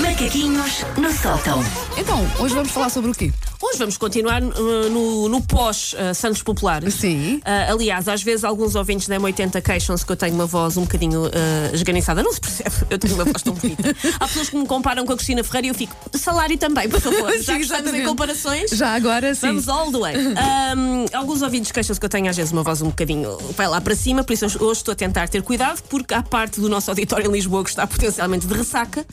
Macaquinhos no sótão. Então, hoje vamos falar sobre o quê? Hoje vamos continuar uh, no, no pós-Santos Populares. Sim. Uh, aliás, às vezes alguns ouvintes da M80 queixam-se que eu tenho uma voz um bocadinho uh, esganiçada. Não se percebe, eu tenho uma voz tão bonita. Há pessoas que me comparam com a Cristina Ferreira e eu fico, salário também, por favor. Já Sim, que estamos em exatamente. comparações. Já agora sim. Vamos all the way. Um, alguns ouvintes queixam-se que eu tenho às vezes uma voz um bocadinho vai lá para cima, por isso hoje estou a tentar ter cuidado, porque há parte do nosso auditório em Lisboa que está potencialmente de ressaca,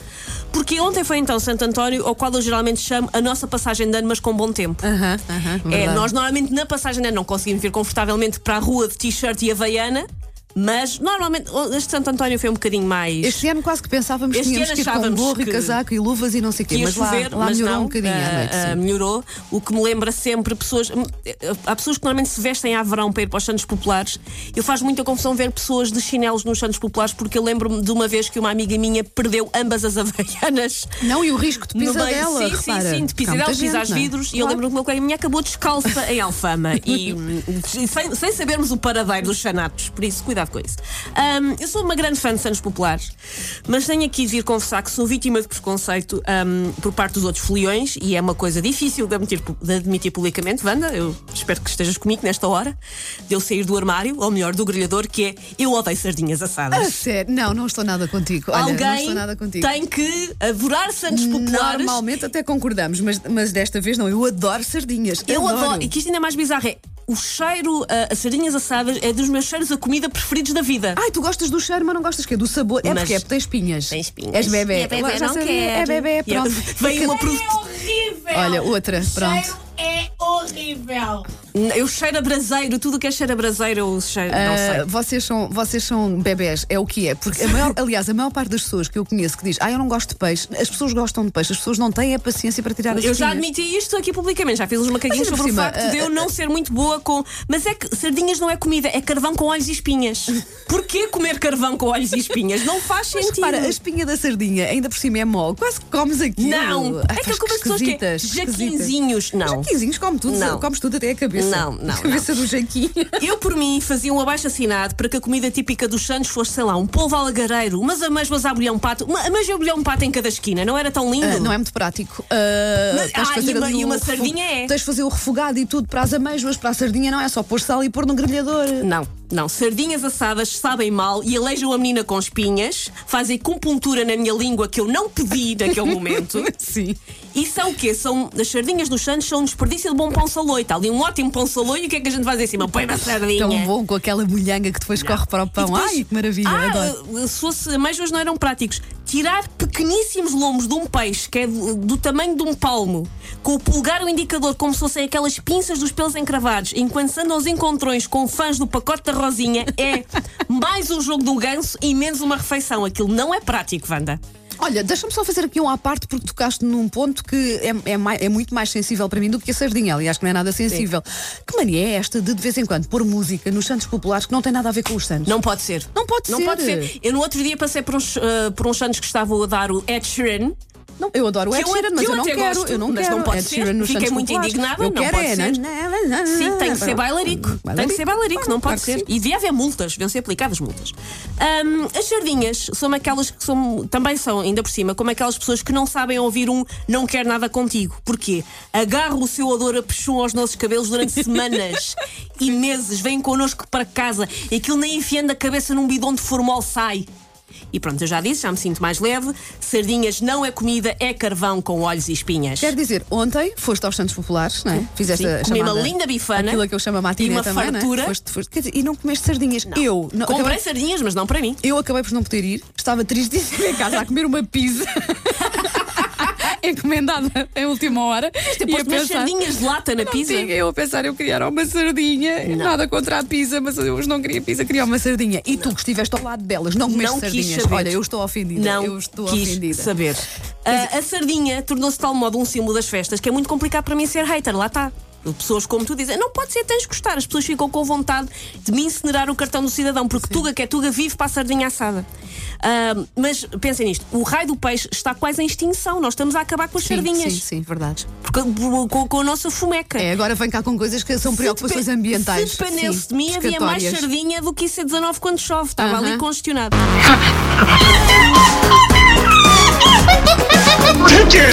porque ontem foi então Santo António, ao qual eu geralmente chamo a nossa passagem de ano, mas com bom tempo. Aham, aham, É, Ah, verdade. nós normalmente na passagem de ano não conseguimos vir confortavelmente para a rua de t-shirt e havaiana, mas normalmente este Santo António foi um bocadinho mais. Este ano quase que pensávamos que Este tínhamos ano que ir com achávamos gorro e que- casaco e luvas e não sei o quê. que ia Mas lá, chover, lá mas melhorou não, um bocadinho à ah, noite, ah, sim. melhorou, o que me lembra sempre pessoas. ah, Há pessoas que normalmente se vestem à verão para ir para os Santos Populares. Eu faço muita confusão ver pessoas de chinelos nos Santos Populares, porque eu lembro-me de uma vez que uma amiga minha perdeu ambas as havaianas. Não, e o risco de No meio- pisadela, sim, repara. sim, sim, de Cá pisadela, muita gente, pisar os não é? vidros. E eu lembro-me que uma colega minha acabou descalça em Alfama. E hum, sem, sem sabermos o paradeiro dos sanatos, por isso, cuidado com isso. Hum, eu sou uma grande fã de Santos Populares, mas tenho aqui de vir confessar que sou vítima de preconceito hum, por parte dos outros foliões e é uma coisa difícil de admitir, pu- de admitir publicamente. Wanda, eu espero que estejas comigo nesta hora de eu sair do armário, ou melhor, do grelhador, que é eu odeio sardinhas assadas. A sério? Não, não estou nada contigo. Ah, Olha, não Alguém estou nada contigo. tem que adorar Santos Populares. Normalmente até concordamos, mas, mas desta vez não. Eu adoro sardinhas. Eu adoro. E que isto ainda é mais bizarro é. O cheiro a, a sardinhas assadas é dos meus cheiros a comida preferidos da vida. Ai, tu gostas do cheiro, mas não gostas quê? Do sabor? É Mas- porque é, tem espinhas. Tem espinhas. És bebê. É bebé, Lá já não sei- quero. É bebê, E eu- pronto. Vem uma produ- É horrível! Olha, outra, O pronto. cheiro é horrível! Eu cheiro a braseiro, tudo o que é cheiro a braseiro eu cheiro. não Ah, sei. vocês, são, vocês são bebés, é o que é. Porque, a maior, aliás, a maior parte das pessoas que eu conheço que diz, ah, eu não gosto de peixe, as pessoas gostam de peixe, as pessoas não têm a paciência para tirar as Eu já espinhas. admiti isto aqui publicamente, já fiz uns macaquinhos Mas ainda por sobre o cima, facto de ah, eu não ser muito boa com. Mas é que sardinhas não é comida, é carvão com olhos e espinhas. Porquê comer carvão com olhos e espinhas? Não faz Mas sentido. repara, a espinha da sardinha, ainda por cima é mole, quase que comes aquilo. Não, Ai, é que Ah, faz eu como as pessoas que é esquisitas, esquisitas. jaquinzinhos. Não. Jaquinzinhos, come tudo, Não. comes tudo até a cabeça. Não, não, A cabeça do jaquinho. Eu, por mim, fazia um abaixo-assinado para que a comida típica dos Santos fosse, sei lá, um polvo alagareiro, umas amêijoas a abrilhão pato, uma amêijoa a abrilhão pato em cada esquina, não era tão lindo? Ah, não é muito prático. Ah, Mas- tens de ah, fazer e uma- ali e uma o refu- sardinha é. Tens de fazer o refogado e tudo para as amêijoas, para a sardinha, não é só pôr sal e pôr no grelhador. Não, não. Sardinhas assadas sabem mal e aleijam a menina com espinhas, fazem compuntura na minha língua que eu não pedi naquele momento. Sim. E são o quê? São, as sardinhas dos Santos são um desperdício de bom pão saloi. Está ali um ótimo pão saloi e o que é que a gente faz em cima? Põe uma sardinha. Tão bom com aquela molhanga que depois corre para o E pão. depois- Ai, que maravilha, Ah, adoro. Se fosse amêijoas não eram práticos. Tirar pequeníssimos lombos de um peixe, que é do, do tamanho de um palmo, com o pulgar o indicador, como se fossem aquelas pinças dos pelos encravados, enquanto se andam aos encontrões com fãs do pacote da Rosinha, é mais um jogo de um ganso e menos uma refeição. Aquilo não é prático, Wanda. Olha, deixa-me só fazer aqui um à parte porque tocaste num ponto que é, é mai- é muito mais sensível para mim do que a sardinha, aliás, que não é nada sensível. Que mania é esta de de vez em quando pôr música nos santos populares que não tem nada a ver com os santos? Não pode ser. Não pode ser. Eu no outro dia passei por uns, eh, por uns santos que estavam a dar o Ed Sheeran. Não, eu adoro o Ed Que eu- Sheeran, mas que eu eu não até quero. gosto, eu não mas quero. não pode Ed ser. Sheeran nos Fiquei Santos muito Populares. indignada, Eu não quero pode é, ser. né? Sim, tem que ser bailarico. Tem que ser bailarico, Claro não pode que ser. sim. E devia haver multas, deviam ser aplicadas multas. Ahm, as sardinhas são aquelas que são, também são, ainda por cima, como aquelas pessoas que não sabem ouvir um não quer nada contigo. Porquê? Agarram o seu odor a pechum aos nossos cabelos durante semanas e meses, vêm connosco para casa e aquilo nem enfiando a cabeça num bidão de formol sai. E pronto, eu já disse, já me sinto mais leve. Sardinhas não é comida, é carvão com olhos e espinhas. Quer dizer, ontem foste aos Santos Populares, não é? Fizeste Sim, a comi chamada- uma linda bifana Aquilo a que eu chamo a matiné Né? e uma também, Não é? fartura. Foste- foste- quer dizer, e não comeste sardinhas. Eu, não, Comprei acabei- sardinhas, mas não para mim. eu acabei por não poder ir. Estava tristíssima em casa a comer uma pizza. Encomendada em última hora. E a Pôs umas pensar- sardinhas de lata na Não pizza. tinha, eu a pensar, eu queria era uma sardinha. Nada contra a pizza, mas eu hoje não queria pizza, queria uma sardinha. E tu que estiveste ao lado delas, não comeste Não quis sardinhas. saber. Olha, eu estou ofendida. Não eu estou quis ofendida. saber. Ah, A, a sardinha tornou-se de tal modo um símbolo das festas que é muito complicado para mim ser hater. Lá está. Pessoas como tu dizem, não pode ser, tens de gostar. As pessoas ficam com vontade de me incinerar o cartão do cidadão, porque Tuga que é Tuga vive para a sardinha assada. Ah, mas pensem nisto: o raio do peixe está quase em extinção. Nós estamos a acabar com as Sim, sardinhas Sim, sim, verdade. Porque, com, com a nossa fumeca. É, agora vem cá com coisas que são Se preocupações depen- ambientais. Se dependesse Sim, de mim, havia é mais escatórias. sardinha do que isso a 19 quando chove. Estava Aham. ali congestionado. your